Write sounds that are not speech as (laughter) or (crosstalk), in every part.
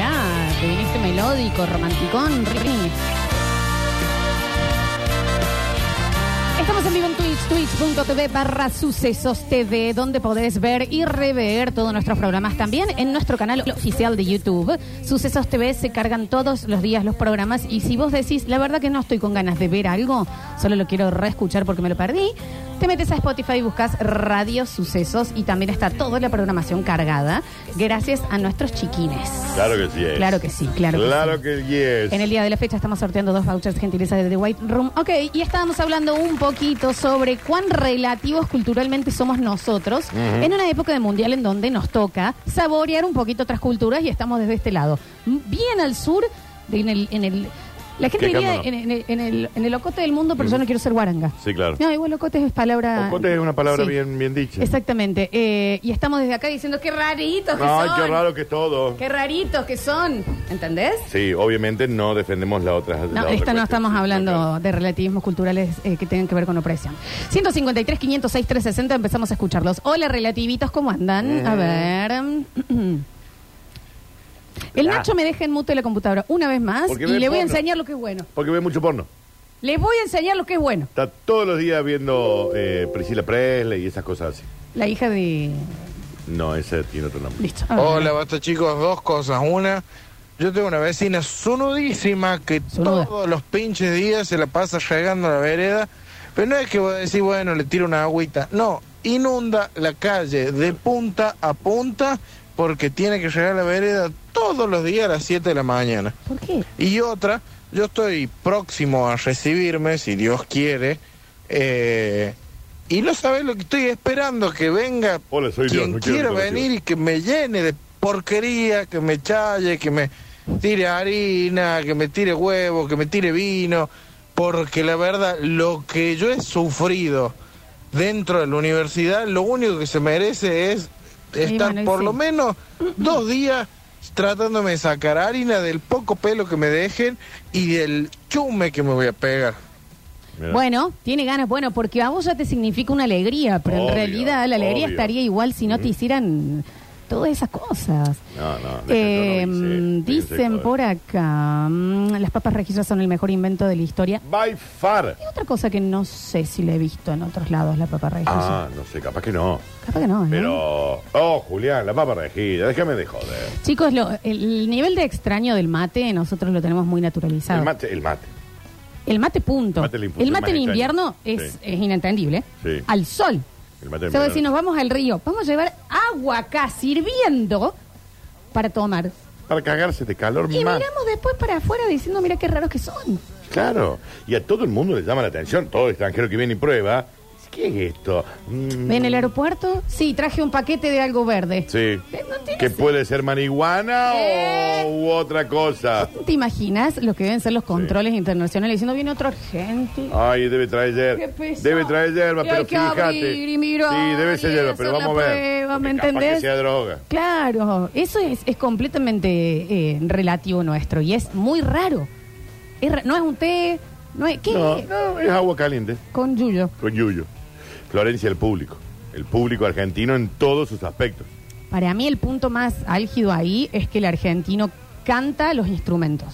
Ah, melódico, romanticón, ring. Estamos en vivo en Twitch, twitch.tv barra sucesos TV, donde podés ver y rever todos nuestros programas también en nuestro canal oficial de YouTube. Sucesos TV se cargan todos los días los programas y si vos decís, la verdad que no estoy con ganas de ver algo, solo lo quiero reescuchar porque me lo perdí, te metes a Spotify y buscas Radio Sucesos y también está toda la programación cargada gracias a nuestros chiquines. Claro que sí. es. Claro que sí, claro que sí. Claro que yes. En el día de la fecha estamos sorteando dos vouchers gentileza de The White Room. Ok, y estábamos hablando un poquito sobre cuán relativos culturalmente somos nosotros en una época de mundial en donde nos toca saborear un poquito otras culturas y estamos desde este lado. M- Bien al sur, de- en el... En el la gente diría Quejándonos. en, en el, en, el, en el ocote del mundo, pero yo no quiero ser guaranga. Sí, claro. No, igual ocote es palabra... Ocote es una palabra Ah, Sí. bien, bien dicha. Exactamente. Eh, y estamos desde acá diciendo qué raritos que Ay, son. qué raro que es todo. Qué raritos que son. ¿Entendés? Sí, obviamente no defendemos la otra. No, esta no estamos hablando de relativismos culturales eh, que tengan que ver con opresión. 153, 506, 360, empezamos a escucharlos. Hola, relativitos, ¿cómo Eh. andan? A ver. (clears throat) El Ah. Nacho me deja en mute la computadora una vez más Porque y ve le voy a porno. enseñar lo que es bueno. Porque ve mucho porno. Le voy a enseñar lo que es bueno. Está todos los días viendo eh, Priscila Presley y esas cosas así. La hija de... No, ese tiene otro nombre. Listo. A ver. Hola, basta chicos, dos cosas. Una, yo tengo una vecina sonudísima que Sonuda. todos los pinches días se la pasa regando la vereda, pero no es que voy a decir, bueno, le tiro una agüita. No, inunda la calle de punta a punta porque tiene que regar la vereda todos los días a las 7 de la mañana. ¿Por qué? Y otra, yo estoy próximo a recibirme, si Dios quiere, eh, y no sabes lo que estoy esperando, que venga Hola, soy Dios, quien no quiero quiera alternativas. venir y que me llene de porquería, que me challe, que me tire harina, que me tire huevo, que me tire vino, porque la verdad, lo que yo he sufrido dentro de la universidad, lo único que se merece es estar bueno, y por sí. lo menos dos días tratándome de sacar harina del poco pelo que me dejen y del chume que me voy a pegar. Mira. Bueno, tiene ganas, bueno, porque a vos ya te significa una alegría, pero en Obvio, realidad la alegría obvio. estaría igual si no te hicieran todas esas cosas. No, no, dejen, Eh, yo no hice, no hice dicen cosas. por acá, mm, las papas rejillas son el mejor invento de la historia. By far. Hay otra cosa que no sé si la he visto en otros lados, la papa rejilla. Ah, no sé, capaz que no. Capaz que no, ¿eh? Pero. Oh, Julián, la papa rejilla, déjame de joder. Chicos, lo- el, el nivel de extraño del mate nosotros lo tenemos muy naturalizado. El mate, el mate. El mate, punto. El mate es la infusión El mate más en extraña. invierno es, Sí. es inentendible. Sí. Al sol. El mate O sea, del si nos verano. vamos al río, vamos a llevar agua acá sirviendo para tomar. Para cagarse de calor Y más. miramos después para afuera diciendo, mira qué raros que son. Claro, y a todo el mundo le llama la atención, todo extranjero que viene y prueba. ¿Qué es esto? Mm, En el aeropuerto, sí, traje un paquete de algo verde. sí. Eh, No tiene que puede ser marihuana Eh. o u otra cosa. ¿Te imaginas lo que deben ser los controles internacionales diciendo viene otro argentino? Ay, debe traer Qué hierba. pesado. Ah, Debe traer hierba, Y hay pero que fíjate. abrir y mirar sí, debe y ser hierba, hacer pero la vamos a ver. prueba, ¿me Porque capaz entendés? que sea droga. Claro, eso es, es completamente eh, relativo nuestro y es muy raro. Es ra- no es un té, no es... ¿Qué? No, no, es agua caliente, Con Yuyo. con yuyo. Florencia, el público. El público argentino en todos sus aspectos. Para mí el punto más álgido ahí es que el argentino canta los instrumentos.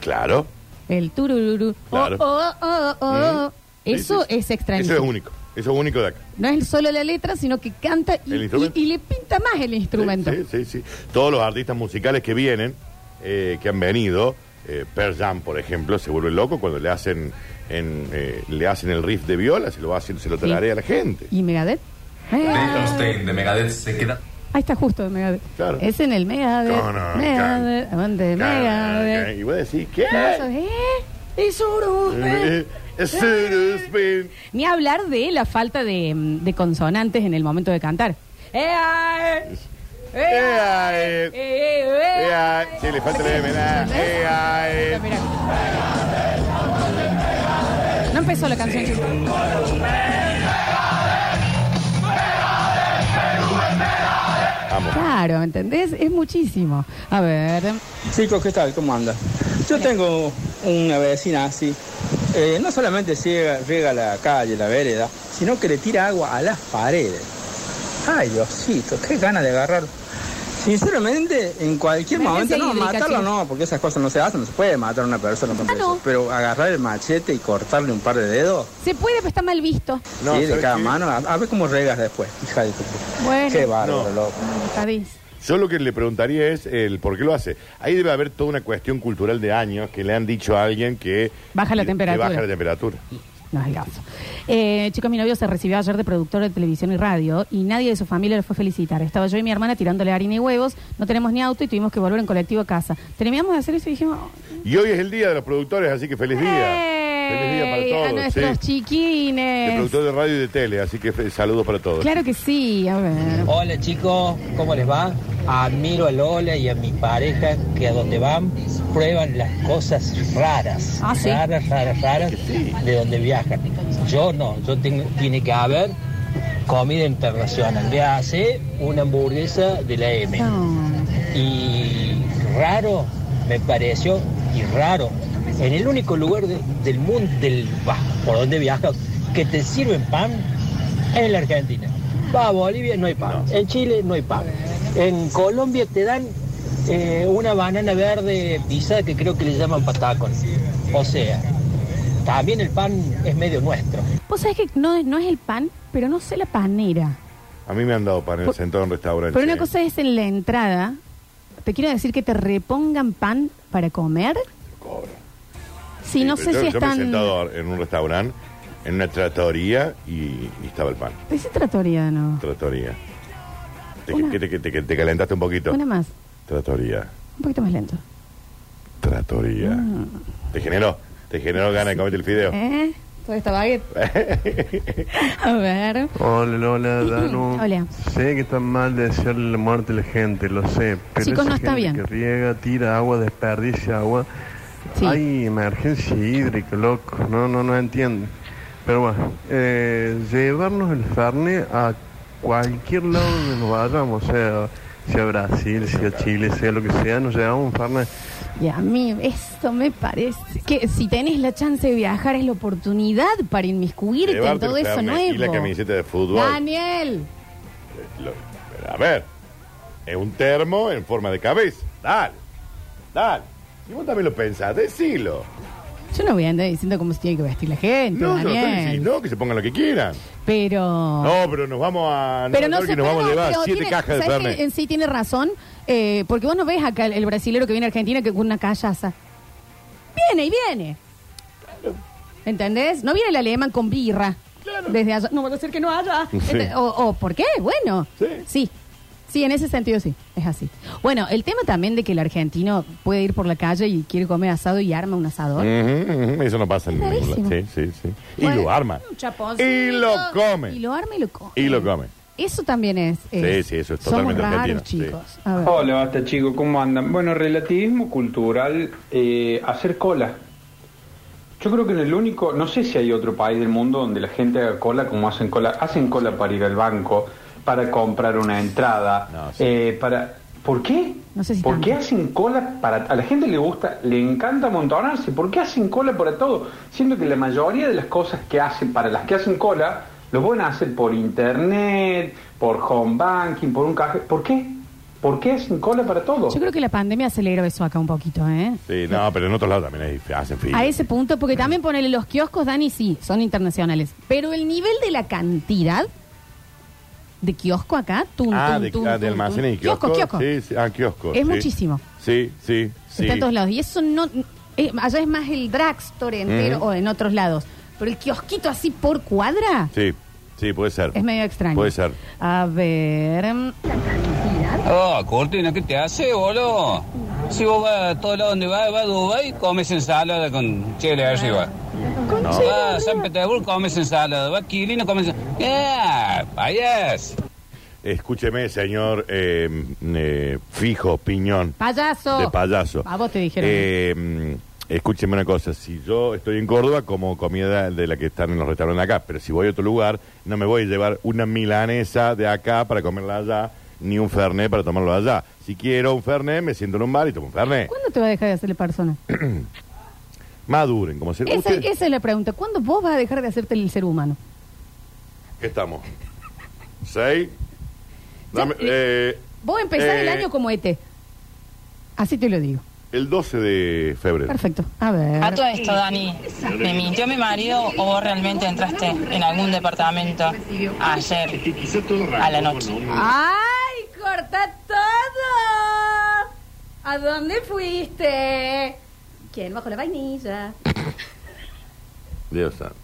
Claro. El turururu. Claro. Mm. Oh, oh, oh, oh, oh. Sí, Eso sí, sí. es extraño. Eso es único. Eso es único de acá. No es solo la letra, sino que canta y, El instrumento. y- y le pinta más el instrumento. Sí, sí, sí. Todos los artistas musicales que vienen, eh, que han venido, eh, Pearl Jam, por ejemplo, se vuelve loco cuando le hacen en, eh, le hacen el riff de viola, se lo va haciendo, se lo tararea a la gente. ¿Y Megadeth? Ah, Liechtenstein de Megadeth se queda ahí está justo de Megadeth. Claro. Es en el Megadeth. No, no, Megadeth, can- aguante, Claro, Megadeth. Ah, Y voy a decir, ¿qué? Eso, ¿eh? Es oro, ¿eh? Eh, es Sudospin. Ni hablar de la falta de, mm, de consonantes en el momento de cantar. ¡Ea! ¡Ea! Eh, eh, ¡Ea! eh, ah, Sí, le falta la M, nah. Eh, ah, eh. Mira. No empezó la canción, chicos. Vamos. Claro, ¿entendés? Es muchísimo. A ver. Chicos, ¿qué tal? ¿Cómo anda? Yo tengo una vecina así. eh, no solamente ciega- riega la calle, la vereda, sino que le tira agua a las paredes. Ay, Diosito, qué gana de agarrar Sinceramente, en cualquier Emergencia momento, no, hídrica, matarlo che. no, porque esas cosas no se hacen, no se puede matar a una persona con Ah, eso. no. Pero agarrar el machete y cortarle un par de dedos, Se puede, pero está mal visto. No, sí, de ¿sabes cada qué? mano, a, a ver cómo regas después, hija de tu puta. Bueno. Qué bárbaro, No. loco. Tadís. Yo lo que le preguntaría es el por qué lo hace. Ahí debe haber toda una cuestión cultural de años que le han dicho a alguien que... Baja la que temperatura. baja la temperatura. No es el caso. Eh, chicos, mi novio se recibió ayer de productor de televisión y radio y nadie de su familia le fue a felicitar. Estaba yo y mi hermana tirándole harina y huevos, no tenemos ni auto y tuvimos que volver en colectivo a casa. Terminamos de hacer eso y dijimos... Y hoy es el día de los productores, así que feliz día. Feliz día para "Ey, todos. a nuestros sí. De chiquines. productor de radio y de tele, así que fe- saludos para todos. Claro que sí, a ver. Oh. Hola chicos, ¿cómo les va? Admiro a Lola y a mi pareja que a donde van prueban las cosas raras, Ah, sí. raras, raras, raras de donde viajan. Yo no, yo tengo, tiene que haber comida internacional. Le hace una hamburguesa de la Ah, M. No. Y raro, me pareció, y raro, en el único lugar de- del mundo, del, bah, por donde viajas, que te sirven pan, es en la Argentina. Va a Bolivia, no hay pan. En Chile, no hay pan. En Colombia te dan eh, una banana verde pisada que creo que le llaman patacón. O sea, también el pan es medio nuestro. Vos sabés que no, no es el pan, pero no sé la panera. A mí me han dado pan en el Por- sentado en restaurante. Pero una cosa es en la entrada. Te quiero decir que te repongan pan para comer. Sí, no sé si Yo me he están... sentado en un restaurante, en una tratoría, y, y estaba el pan. Ese tratoría de nuevo. Tratoría. Te, Una- que te, que te- que te calentaste un poquito. Una más. Tratoría. Un poquito más lento. Tratoría. Ah. Te generó, te generó ganas de comerte el fideo. ¿Eh? Toda esta baguette. (laughs) A ver. (clears throat) Hola Lola, Danu. Hola. Sé que está mal desearle la muerte a la gente, lo sé. Pero Chicos, esa no está gente bien. que riega, tira agua, desperdicia agua. Sí. Hay emergencia hídrica, loco. No, no, no entiendo. Pero bueno, eh, llevarnos el Fernet a cualquier lado donde nos vayamos, o sea, sea Brasil, sea Chile, sea lo que sea, nos llevamos un Fernet. Y a mí esto me parece que si tenés la chance de viajar es la oportunidad para inmiscuirte en Llevarte todo el eso Fernet nuevo. Y la camiseta de fútbol. Daniel. Lo- pero a ver, es un termo en forma de cabeza. Dale, dale. Si vos también lo pensás, decilo. Yo no voy a andar diciendo cómo se tiene que vestir la gente, No, yo no estoy Daniel. diciendo que se pongan lo que quieran. Pero... No, pero nos vamos a Nueva Pero no York se y nos vamos a pero- llevar pero siete tiene- cajas de ¿sabes Fernet. que En sí tiene razón, eh, porque vos no ves acá el, el brasilero que viene a Argentina que con una callaza. Viene y viene. ¿Entendés? No viene el alemán con birra. Desde allá. No va a ser que no haya. Sí. Ente- O, o, ¿por qué? Bueno. Sí. sí. Sí, en ese sentido sí, es así. Bueno, el tema también de que el argentino puede ir por la calle y quiere comer asado y arma un asador. Ujú, ujú, Eso no pasa en Es ningún lado. rarísimo. Sí, sí, sí. Y Bueno, lo arma. un chaponcito, Y lo come. Y lo arma y lo come. Y lo come. Eso también es. es- Sí, sí, eso es somos totalmente raros, argentino, sí. chicos. A ver. Hola, basta chicos, ¿cómo andan? Bueno, relativismo cultural, eh, hacer cola. Yo creo que en el único, no sé si hay otro país del mundo donde la gente haga cola como hacen cola. Hacen cola para ir al banco, para comprar una entrada, No, sí. eh, para... ¿Por qué? No sé si ¿Por tanto. qué hacen cola para...? A la gente le gusta, le encanta amontonarse. ¿Por qué hacen cola para todo? Siendo que la mayoría de las cosas que hacen, para las que hacen cola, lo pueden hacer por internet, por home banking, por un café. ¿Por qué? ¿Por qué hacen cola para todo? Yo creo que la pandemia aceleró eso acá un poquito, ¿eh? Sí, no, pero en otros lados también hay- hacen fila. A ese punto, porque también ponele los kioscos, Dani, sí, son internacionales. Pero el nivel de la cantidad de kiosco acá, tum, Ah, tum, de, tum, ah, tum, de almacenes y tum. Kiosco, kioscos. kiosco. Sí, sí, ah, kioscos. Es sí. muchísimo. Sí, sí, sí. Está en todos lados. Y eso no. eh, allá es más el dragstore entero Ujú. o en otros lados. Pero el kiosquito así por cuadra Sí, sí, puede ser. es medio extraño. Puede ser. A ver. mm, Ah, Cortina, ¿qué te hace, boludo? Si vos vas a todo lado donde vas, vas a Dubái, comes ensalada con chile arriba. Conche, Vas a San Petersburgo, comes ensalada. Vas a Quilino, comes ensalada. ¡Yeah! ¡Payas! Escúcheme, señor eh, eh, Fijo Piñón. Payaso. De payaso. A vos te dijeron. Eh, mm, escúcheme una cosa. Si yo estoy en Córdoba, como comida de la que están en los restaurantes acá, pero si voy a otro lugar, no me voy a llevar una milanesa de acá para comerla allá, ni un fernet para tomarlo allá. Si quiero un fernet, me siento en un bar y tomo un fernet. ¿Cuándo te va a dejar de hacerle persona? eh, Maduren, como se... Esa, Ustedes- esa es la pregunta. ¿Cuándo vos vas a dejar de hacerte el ser humano? ¿Qué estamos? ¿Seis? Dame, eh, Vos empezás Eh. el año como ET. Así te lo digo. El 12 de febrero. Perfecto. A ver. A todo esto, Dani, me mintió mi marido o vos realmente entraste en algún departamento ayer a la noche. ¡Ay, corta todo! ¿A dónde fuiste? ¿Quién bajo la vainilla? Dios santo.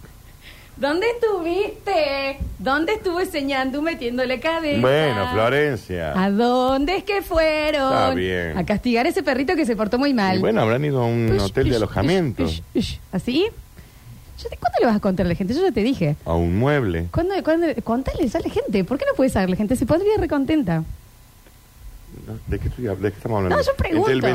¿Dónde estuviste? ¿Dónde estuvo enseñando metiéndole cabeza? Bueno, Florencia. ¿A dónde es que fueron? Está bien. A castigar a ese perrito que se portó muy mal. Y bueno, habrán ido a un Ush, hotel de ush, alojamiento, ush, ush, ush. ¿Así? Yo te- ¿Cuándo le vas a contar a la gente? Yo ya te dije. a un mueble. ¿Cuándo, cuándo, contale ya a la gente. ¿Por qué no puedes saber la gente? Se podría ir recontenta. No, ¿De qué, estoy hab- de qué estamos hablando? No, yo pregunto. Entre el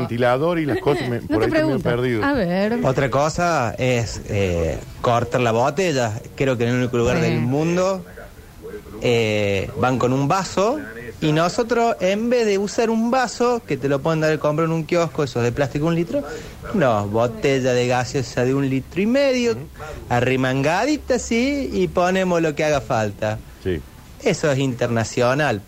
(laughs) ventilador y las cosas, No me- por te ahí también pregunto. perdido. A ver. Otra cosa es eh, cortar la botella. Creo que en el único lugar Sí. del mundo eh, van con un vaso y nosotros en vez de usar un vaso que te lo pueden dar a comprar en un kiosco, esos de plástico un litro, no, botella de gaseosa de un litro y medio, arremangadita así y ponemos lo que haga falta. Sí. Eso es internacional,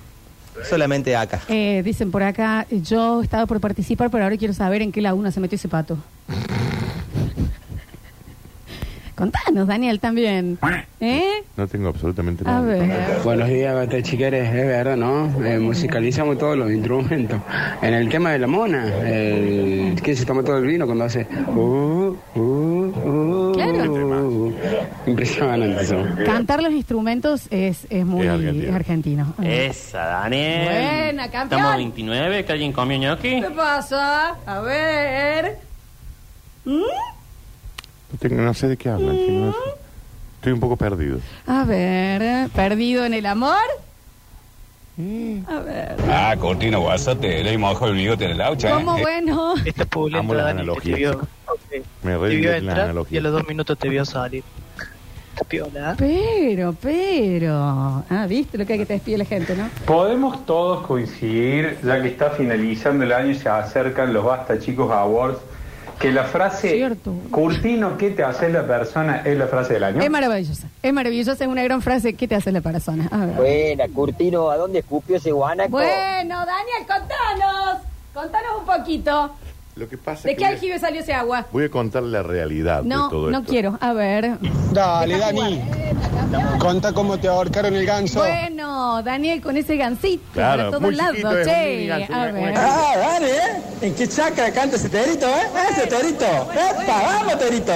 solamente acá. Eh, dicen por acá, yo estaba por participar, pero ahora quiero saber en qué laguna se metió ese pato. Contanos, Daniel, también. ¿Eh? No tengo absolutamente nada. A ver. Buenos días, Bate Chiqueres, es verdad, ¿no? Eh, musicalizamos todos los instrumentos. En el tema de la mona, el que se toma todo el vino cuando hace... uh, uh, uh, Claro. uh. Impresionante eso. Cantar los instrumentos es, es muy Eh, Es argentino. es argentino. Esa, Daniel. Buena, campeón. Estamos a 29, que alguien comió ñoqui. ¿Qué pasa? A ver. ¿Mm? No, tengo- no sé de qué hablan. sí, no sé. Estoy un poco perdido. A ver. ¿Perdido en el amor? Mm. A ver. Ah, Cortina, guasate, le mojo el bigote en el eh. aucha. ¿Cómo bueno? Esta Amo pulenta las Este Dani te analogías. vio, Me te vio reí la entrar y a analogía. los dos minutos te vio salir. Está piola. ¿eh? Pero, pero. Ah, viste lo que hay que te despide la gente, ¿no? Podemos todos coincidir, ya que está finalizando el año y se acercan los Basta Chicos Awards, que la frase Cierto. Curtino, ¿qué te hace la persona? es la frase del año. Es maravillosa. Es maravillosa. Es una gran frase. ¿Qué te hace la persona? A ver. Buena, Curtino, ¿a dónde escupió ese guanaco? Bueno, Daniel, contanos. Contanos un poquito. Lo que pasa ¿De qué es que voy a- aljibe salió ese agua? voy a contar la realidad de No, todo no esto. quiero. A ver. Dale, Dani. Conta cómo te ahorcaron el ganso. Bueno, Daniel con ese gancito para Claro, todos muy chiquito lados, es, un che. mini ganso, a una- ver. una- Ah, dale, ¿eh? ¿En qué chacra canta ese terito, eh? ¡Ese terito! ¡Epa, vamos, terito!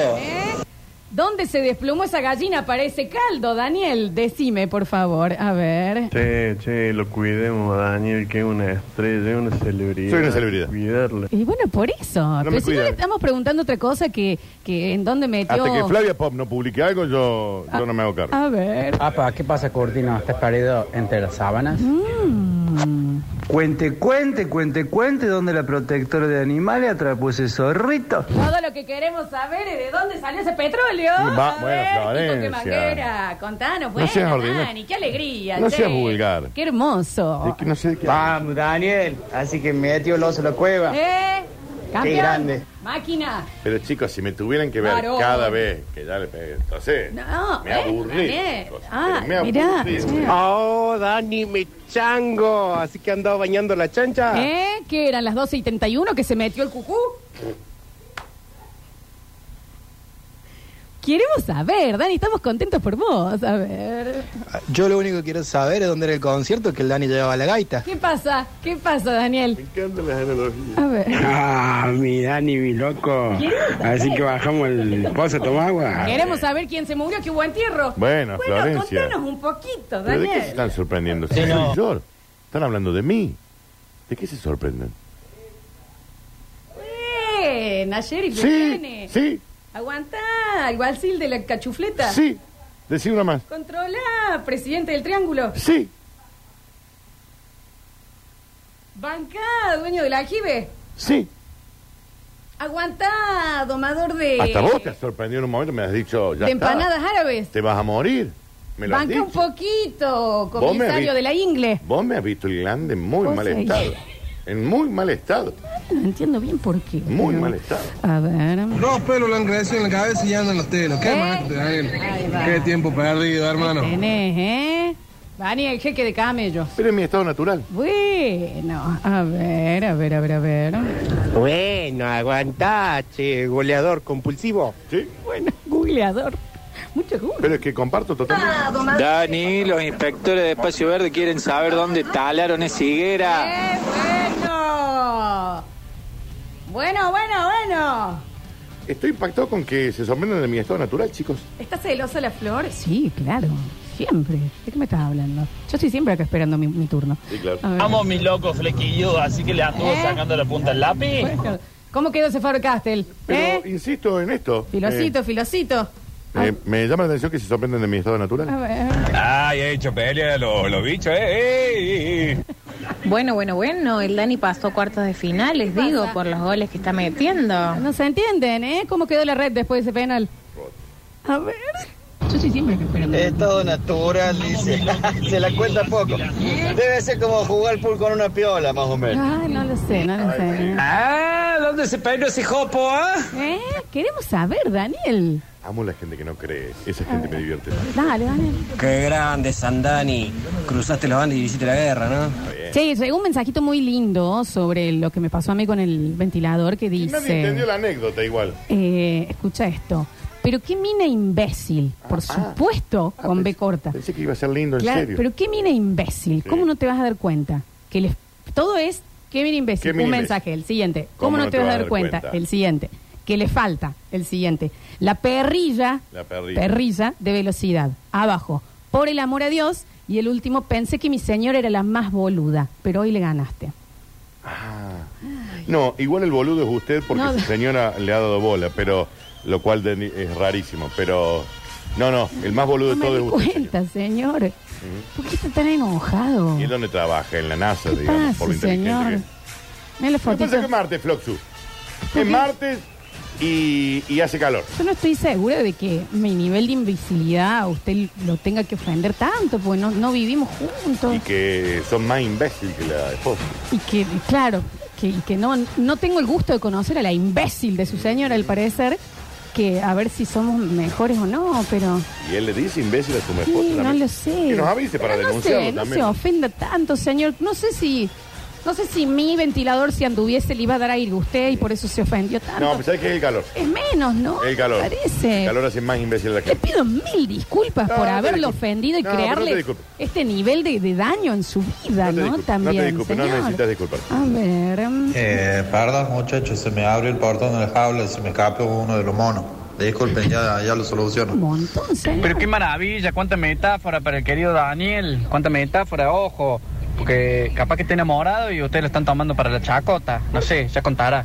¿Dónde se desplomó esa gallina para ese caldo, Daniel? Decime, por favor. A ver. Che, che, lo cuidemos a Daniel, que es una estrella, es una celebridad. Soy una celebridad. Cuidarla. Y bueno, por eso. Pero me si no le cuidan. estamos preguntando otra cosa que, que en dónde metió. Hasta que Flavia Pop no publique algo, yo, yo no me hago cargo. A ver. Eh, Apa, ¿qué pasa, Cortina? ¿Estás perdido entre las sábanas? Cuente, cuente, cuente, cuente dónde la protectora de animales atrapó ese zorrito. Todo lo que queremos saber es de dónde salió ese petróleo. Va- A bueno, ver, tipo, qué Florencia. manguera. Contanos, bueno, seas ordinario. Dani, qué alegría. No che. seas vulgar. Qué hermoso. Es que no sé de qué Ah. hablan. Vamos, Daniel. Así que metió el oso a la cueva. (laughs) ¿Eh? Campeón. grande. Máquina. Pero chicos, si me tuvieran que ver Claro. cada vez que ya le pegué, entonces No, me eh, aburrí. Daniel. chicos, Ah, pero me mirá, aburrí. mirá. Oh, Dani, mi chango. Así que andaba bañando la chancha. ¿Eh? ¿Qué eran las 12 y 31 que se metió el cucú? Queremos saber, Dani, estamos contentos por vos. A ver. Yo lo único que quiero saber es dónde era el concierto que el Dani llevaba la gaita. ¿Qué pasa? ¿Qué pasa, Daniel? Me encantan las analogías. A ver. Ah, mi Dani, mi loco. Así que bajamos el pozo a tomar agua. Queremos saber quién se murió, qué hubo entierro. Bueno, bueno Florencia. contanos un poquito, ¿Pero de qué se Daniel. están sorprendiendo? Si soy yo. Están hablando de mí. ¿De qué se sorprenden? Bien, ayer y Sí, viene. sí, Aguantá, el gualcil de la cachufleta. sí. Decí una más. Controlá, presidente del triángulo. Sí, Bancá, dueño del aljibe. sí. Aguantá, domador de. Hasta vos te has sorprendido en un momento, me has dicho, ya Eh, de está, empanadas árabes. Te vas a morir. Me lo has Banca un dicho. poquito, Vos me comisario habí- de la ingle. Vos me has visto el glande en muy Vos mal sabés. estado. En muy mal estado. No entiendo bien por qué. Muy pero- mal estado. A ver. Dos pelos le han crecido en la cabeza y andan los telos. ¿Qué? ¿Eh? Ahí va. Este, tiempo perdido, Tenés, ¿eh? Daniel, jeque de camellos. Pero es mi estado natural. Bueno, a ver, a ver, a ver, a ver. Bueno, aguantá, che, goleador compulsivo. Sí. Bueno, googleador. Mucho Google. Pero es que comparto Ah. totalmente. Dani, los inspectores de Espacio Verde quieren saber dónde talaron esa higuera. ¡Qué bueno! Bueno, bueno, bueno. Estoy impactado con que se sorprendan de mi estado natural, chicos. ¿Está celosa la flor? Sí, claro. Siempre. ¿De qué me estás hablando? Yo estoy siempre acá esperando mi, mi turno. Sí, claro. A ver. Vamos, mi loco flequillo, así que le anduvo ¿Eh? sacando la punta al lápiz. Bueno, ¿Cómo quedó ese Faber Castell? Pero ¿Eh? insisto en esto. Filosito, filosito. Eh, eh, me llama la atención que se sorprenden de mi estado natural. A ver. Ay, Ah, he hecho pelea a los, los bichos, eh, eh, eh. Bueno, bueno, bueno, el Dani pasó cuartos de finales, digo, por los goles que está metiendo. Ah. No se entienden, ¿eh? ¿Cómo quedó la red después de ese penal? A ver. Yo estoy siempre acá esperando. Estado natural, dice. (laughs) Se la cuenta poco. Debe ser como jugar pool con una piola, más o menos. Ay, no lo sé, no lo sé. Ah, ¿dónde se peinó ese jopo, ah? ¿Eh? Queremos saber, Daniel. Amo la gente que no cree. Esa gente me divierte. Dale, Daniel. Qué grande, Sandani. Cruzaste los Andes y hiciste la guerra, ¿no? Che, llegó un mensajito muy lindo sobre lo que me pasó a mí con el ventilador que dice... Nadie entendió la anécdota igual. Eh, escucha esto. Pero qué mina imbécil. Ah, Por supuesto, con pues, B corta. Pensé que iba a ser lindo, en Claro, serio. pero qué mina imbécil. ¿Cómo no te vas a dar cuenta? Que les, todo es qué mina imbécil. Qué mina Un imbécil. mensaje, el siguiente. ¿Cómo, no, te vas a dar cuenta? El siguiente. Que le falta, el siguiente. La perrilla, La perrilla. perrilla de velocidad, abajo. Por el amor a Dios. Y el último, pensé que mi señora era la más boluda, pero hoy le ganaste. No, igual el boludo es usted porque No. su señora le ha dado bola, pero lo cual de- es rarísimo. Pero no, no, el más boludo de no me todo di es usted. cuenta, señor. ¿Por qué está tan enojado? ¿Y él dónde trabaja? En la NASA, ¿Qué digamos, pasa, por lo inteligente señor? que es. Mira la Me fotito. parece que es martes, Floxu. qué? Es martes y, y hace calor. Yo no estoy segura de que mi nivel de invisibilidad a usted lo tenga que ofender tanto, porque no, no vivimos juntos. Y que son más imbéciles que la esposa. Y que, claro, que, y que no, no tengo el gusto de conocer a la imbécil de su señora, al parecer, que a ver si somos mejores o no, pero... Y él le dice imbécil a su esposa. Sí, no también. lo sé. Y nos avise para Pero no denunciarlo sé, no también. se ofenda tanto, señor. No sé si... No sé si mi ventilador, si anduviese, le iba a dar aire a usted y por eso se ofendió tanto. No, pues sabes que es el calor. Es menos, ¿no? El calor. Parece. El calor hace más imbécil a la Le gente. pido mil disculpas No, por no te haberlo disculpes. ofendido y No, pero no te crearle disculpes. este nivel de, de daño en su vida, ¿no? No También. te disculpes, no señor. necesitas disculpar. A ver. mm, Eh, perdón, muchachos, se me abrió el portón de la jaula y se me escapó uno de los monos. Disculpen, ya, ya lo soluciono. Un montón, señor. Pero qué maravilla, cuánta metáfora para el querido Daniel, cuánta metáfora, ojo, porque capaz que está enamorado y ustedes lo están tomando para la chacota, no sé, ya contará.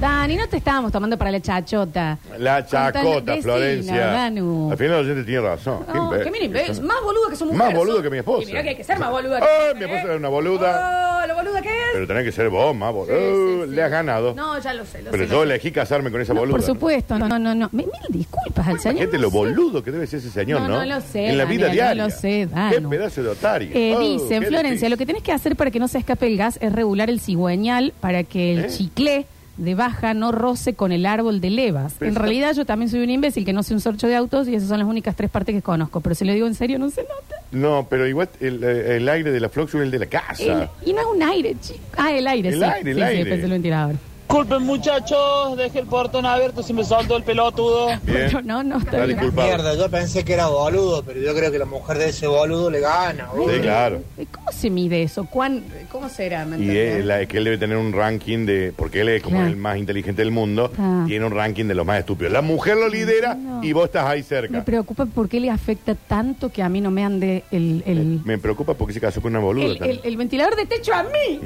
Dani, no te estábamos tomando para la chachota. La chacota, vecina, Florencia. Danu. Al final la gente tiene razón. No, Qué que imbécil. miren, ves, más boluda que somos Más boludo que mi esposa. Y mirá que hay que ser más boluda que ¿eh? Ay, mi esposa era una boluda. Oh, lo boluda que es. Pero tenés que ser vos, más boludo. Uh, Le has ganado. No, ya lo sé, lo pero sé, yo lo sé. elegí casarme con esa No, boluda. Por supuesto, no, no, no. no. Mi- Mil disculpas al señor. Gente, no lo sé. boludo que debe ser ese señor, No, ¿no? no lo sé, En la vida Daniel, no diaria. lo sé, Qué Danu. pedazo de otario. Eh, Oh, dice, qué Florencia, lo que tenés que hacer para que no se escape el gas es regular el cigüeñal para que el ¿Eh? chicle de baja no roce con el árbol de levas. Pero en eso- realidad yo también soy un imbécil que no sé un sorcho de autos y esas son las únicas tres partes que conozco. Pero si lo digo en serio, no se nota. No, pero igual el, eh, el aire de la Floxu es el de la casa. El- y no es un aire, chico. Ah, el aire, El sí. aire, el Sí, sí, aire. pensé en un ventilador. Disculpen muchachos, dejé el portón abierto si me saltó el pelotudo. Bien. No, no, no. está bien. Mierda, yo pensé que era boludo, pero yo creo que la mujer de ese boludo le gana. Sí, claro. Eh, ¿Cómo se mide eso? ¿Cuán- ¿Cómo será? ¿Me Y entendés? es la- que él debe tener un ranking de. Porque él es como Claro. el más inteligente del mundo. Ah. Tiene un ranking de los más estúpidos. La mujer lo lidera y vos estás ahí cerca. Me preocupa por qué le afecta tanto que a mí no me ande el, el, Me preocupa porque se casó con una boluda. el- también. Mm. el- el ventilador de techo a mí.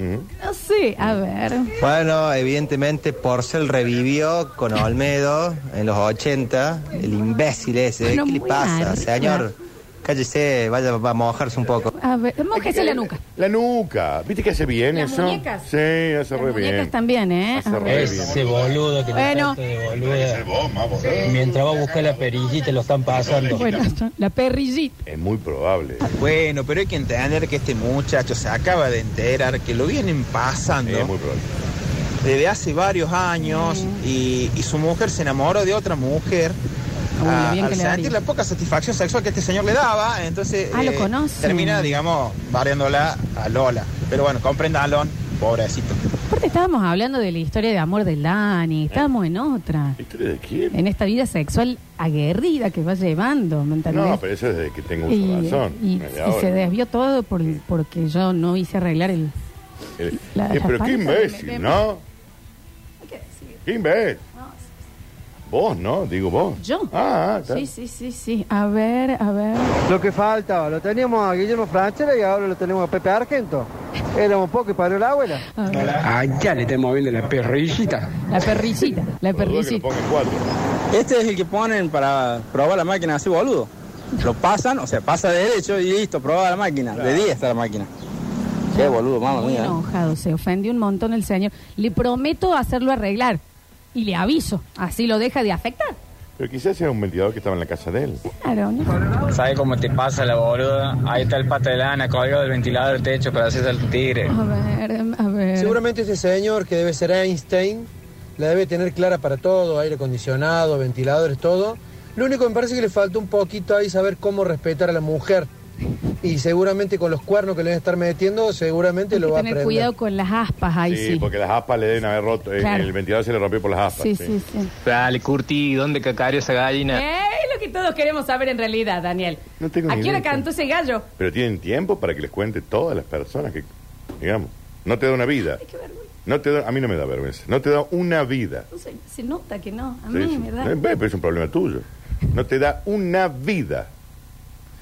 No sé, a ver. Bueno, evidentemente Porcel revivió con Olmedo en los 80, el imbécil ese, Bueno, ¿qué le muy pasa, arriba. señor? Cállese, vaya a mojarse un poco. A ver, mójese la nuca. La nuca. ¿Viste que hace bien Las eso? muñecas. Sí, hace re Muñecas bien. también, ¿eh? Hace A re ver. bien. Ese boludo que te Bueno. trata de boluda. Mientras va a buscar la perillita lo están pasando. (laughs) Bueno, la perrillita. Es muy probable. Ah, Bueno, pero hay que entender que este muchacho se acaba de enterar que lo vienen pasando Es muy probable. desde hace varios años y, y su mujer se enamoró de otra mujer Uy, lo a- bien al que le sentir daría. la poca satisfacción sexual que este señor le daba, entonces eh, Ah, lo conoce. termina, digamos, barriéndola a Lola. Pero bueno, comprendanlo, pobrecito. Aparte estábamos hablando de la historia de amor de Eh. Lani, estábamos en otra. ¿Historia de quién? En esta vida sexual aguerrida que va llevando, ¿me entendés? No, pero eso es desde que tengo y, uso de razón. y- no es de y ahora. se desvió todo por, porque yo no hice arreglar el... El- la- Eh, la pero qué panza imbécil, de- ¿no? ¿Qué imbécil? Vos, ¿no? Digo vos. ¿Yo? Ah, ah, está. sí, sí, sí, sí. A ver, a ver. Lo que faltaba, lo teníamos a Guillermo Franchella y ahora lo tenemos a Pepe Argento. Éramos poco y parió la abuela. Ah, ya le está moviendo la perrillita. La perrillita, la perrillita. Este es el que ponen para probar la máquina así, boludo. Lo pasan, o sea, pasa de derecho y listo, probaba la máquina. De día está la máquina. Qué boludo, mamá Muy mía. ¿eh? enojado, se ofendió un montón el señor. Le prometo hacerlo arreglar y le aviso. Así lo deja de afectar. Pero quizás era un vendedor que estaba en la casa de él. Claro, ¿no? ¿Sabe cómo te pasa la boluda? Ahí está el pata de lana, colgado del ventilador del techo para hacerse al tigre. A ver, a ver. Eh. Seguramente ese señor, que debe ser Einstein, la debe tener clara para todo, aire acondicionado, ventiladores, todo. Lo único que me parece que le falta un poquito ahí saber cómo respetar a la mujer. Y seguramente con los cuernos que le debe estar metiendo, seguramente Hay lo que va a tener aprender. cuidado con las aspas ahí, Sí, sí. porque las aspas le deben haber roto. eh, Claro. El ventilador se le rompió por las aspas. Sí, sí, sí. Dale, Curti, ¿dónde cacareó esa gallina? Es lo que todos queremos saber en realidad, Daniel. No tengo ¿A ni qué hora idea. cantó ese gallo? Pero tienen tiempo para que les cuente todas las personas que, digamos, no te da una vida. No te da, a mí no me da vergüenza. No te da una vida. No sé, se nota que no. A Sí, mí sí. me da. Eh, ve, pero es un problema tuyo. No te da una vida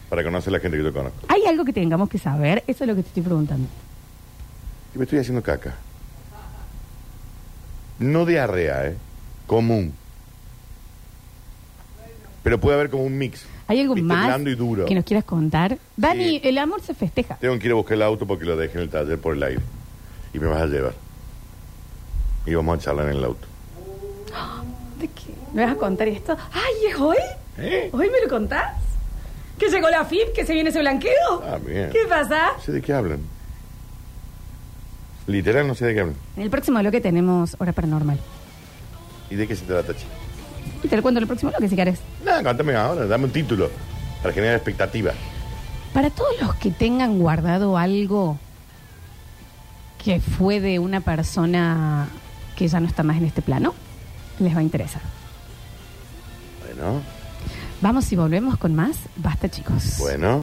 para conocer a la gente que yo conozco. Hay algo que tengamos que saber, eso es lo que te estoy preguntando. Y me estoy haciendo caca. No diarrea, ¿eh? Común. Pero puede haber como un mix. ¿Hay algo Viste, más blando y duro. que nos quieras contar? Dani, el amor se festeja. Tengo que ir a buscar el auto porque lo dejé en el taller por el aire. Y me vas a llevar. Y vamos a charlar en el auto. ¿De qué? ¿Me vas a contar esto? ¡Ay, es hoy! ¿Eh? ¿Hoy me lo contás? ¿Que llegó la FIP? ¿Que se viene ese blanqueo? Ah, bien. ¿Qué pasa? No sé de qué hablan. Literal, no sé de qué hablan. En el próximo bloque tenemos Hora Paranormal. ¿Y de qué se trata, chico? Y te lo cuento en el próximo bloque si querés. Nada, cántame ahora, dame un título para generar expectativa. Para todos los que tengan guardado algo que fue de una persona que ya no está más en este plano, les va a interesar. Bueno, Vamos y volvemos con más. Basta, chicos. bueno.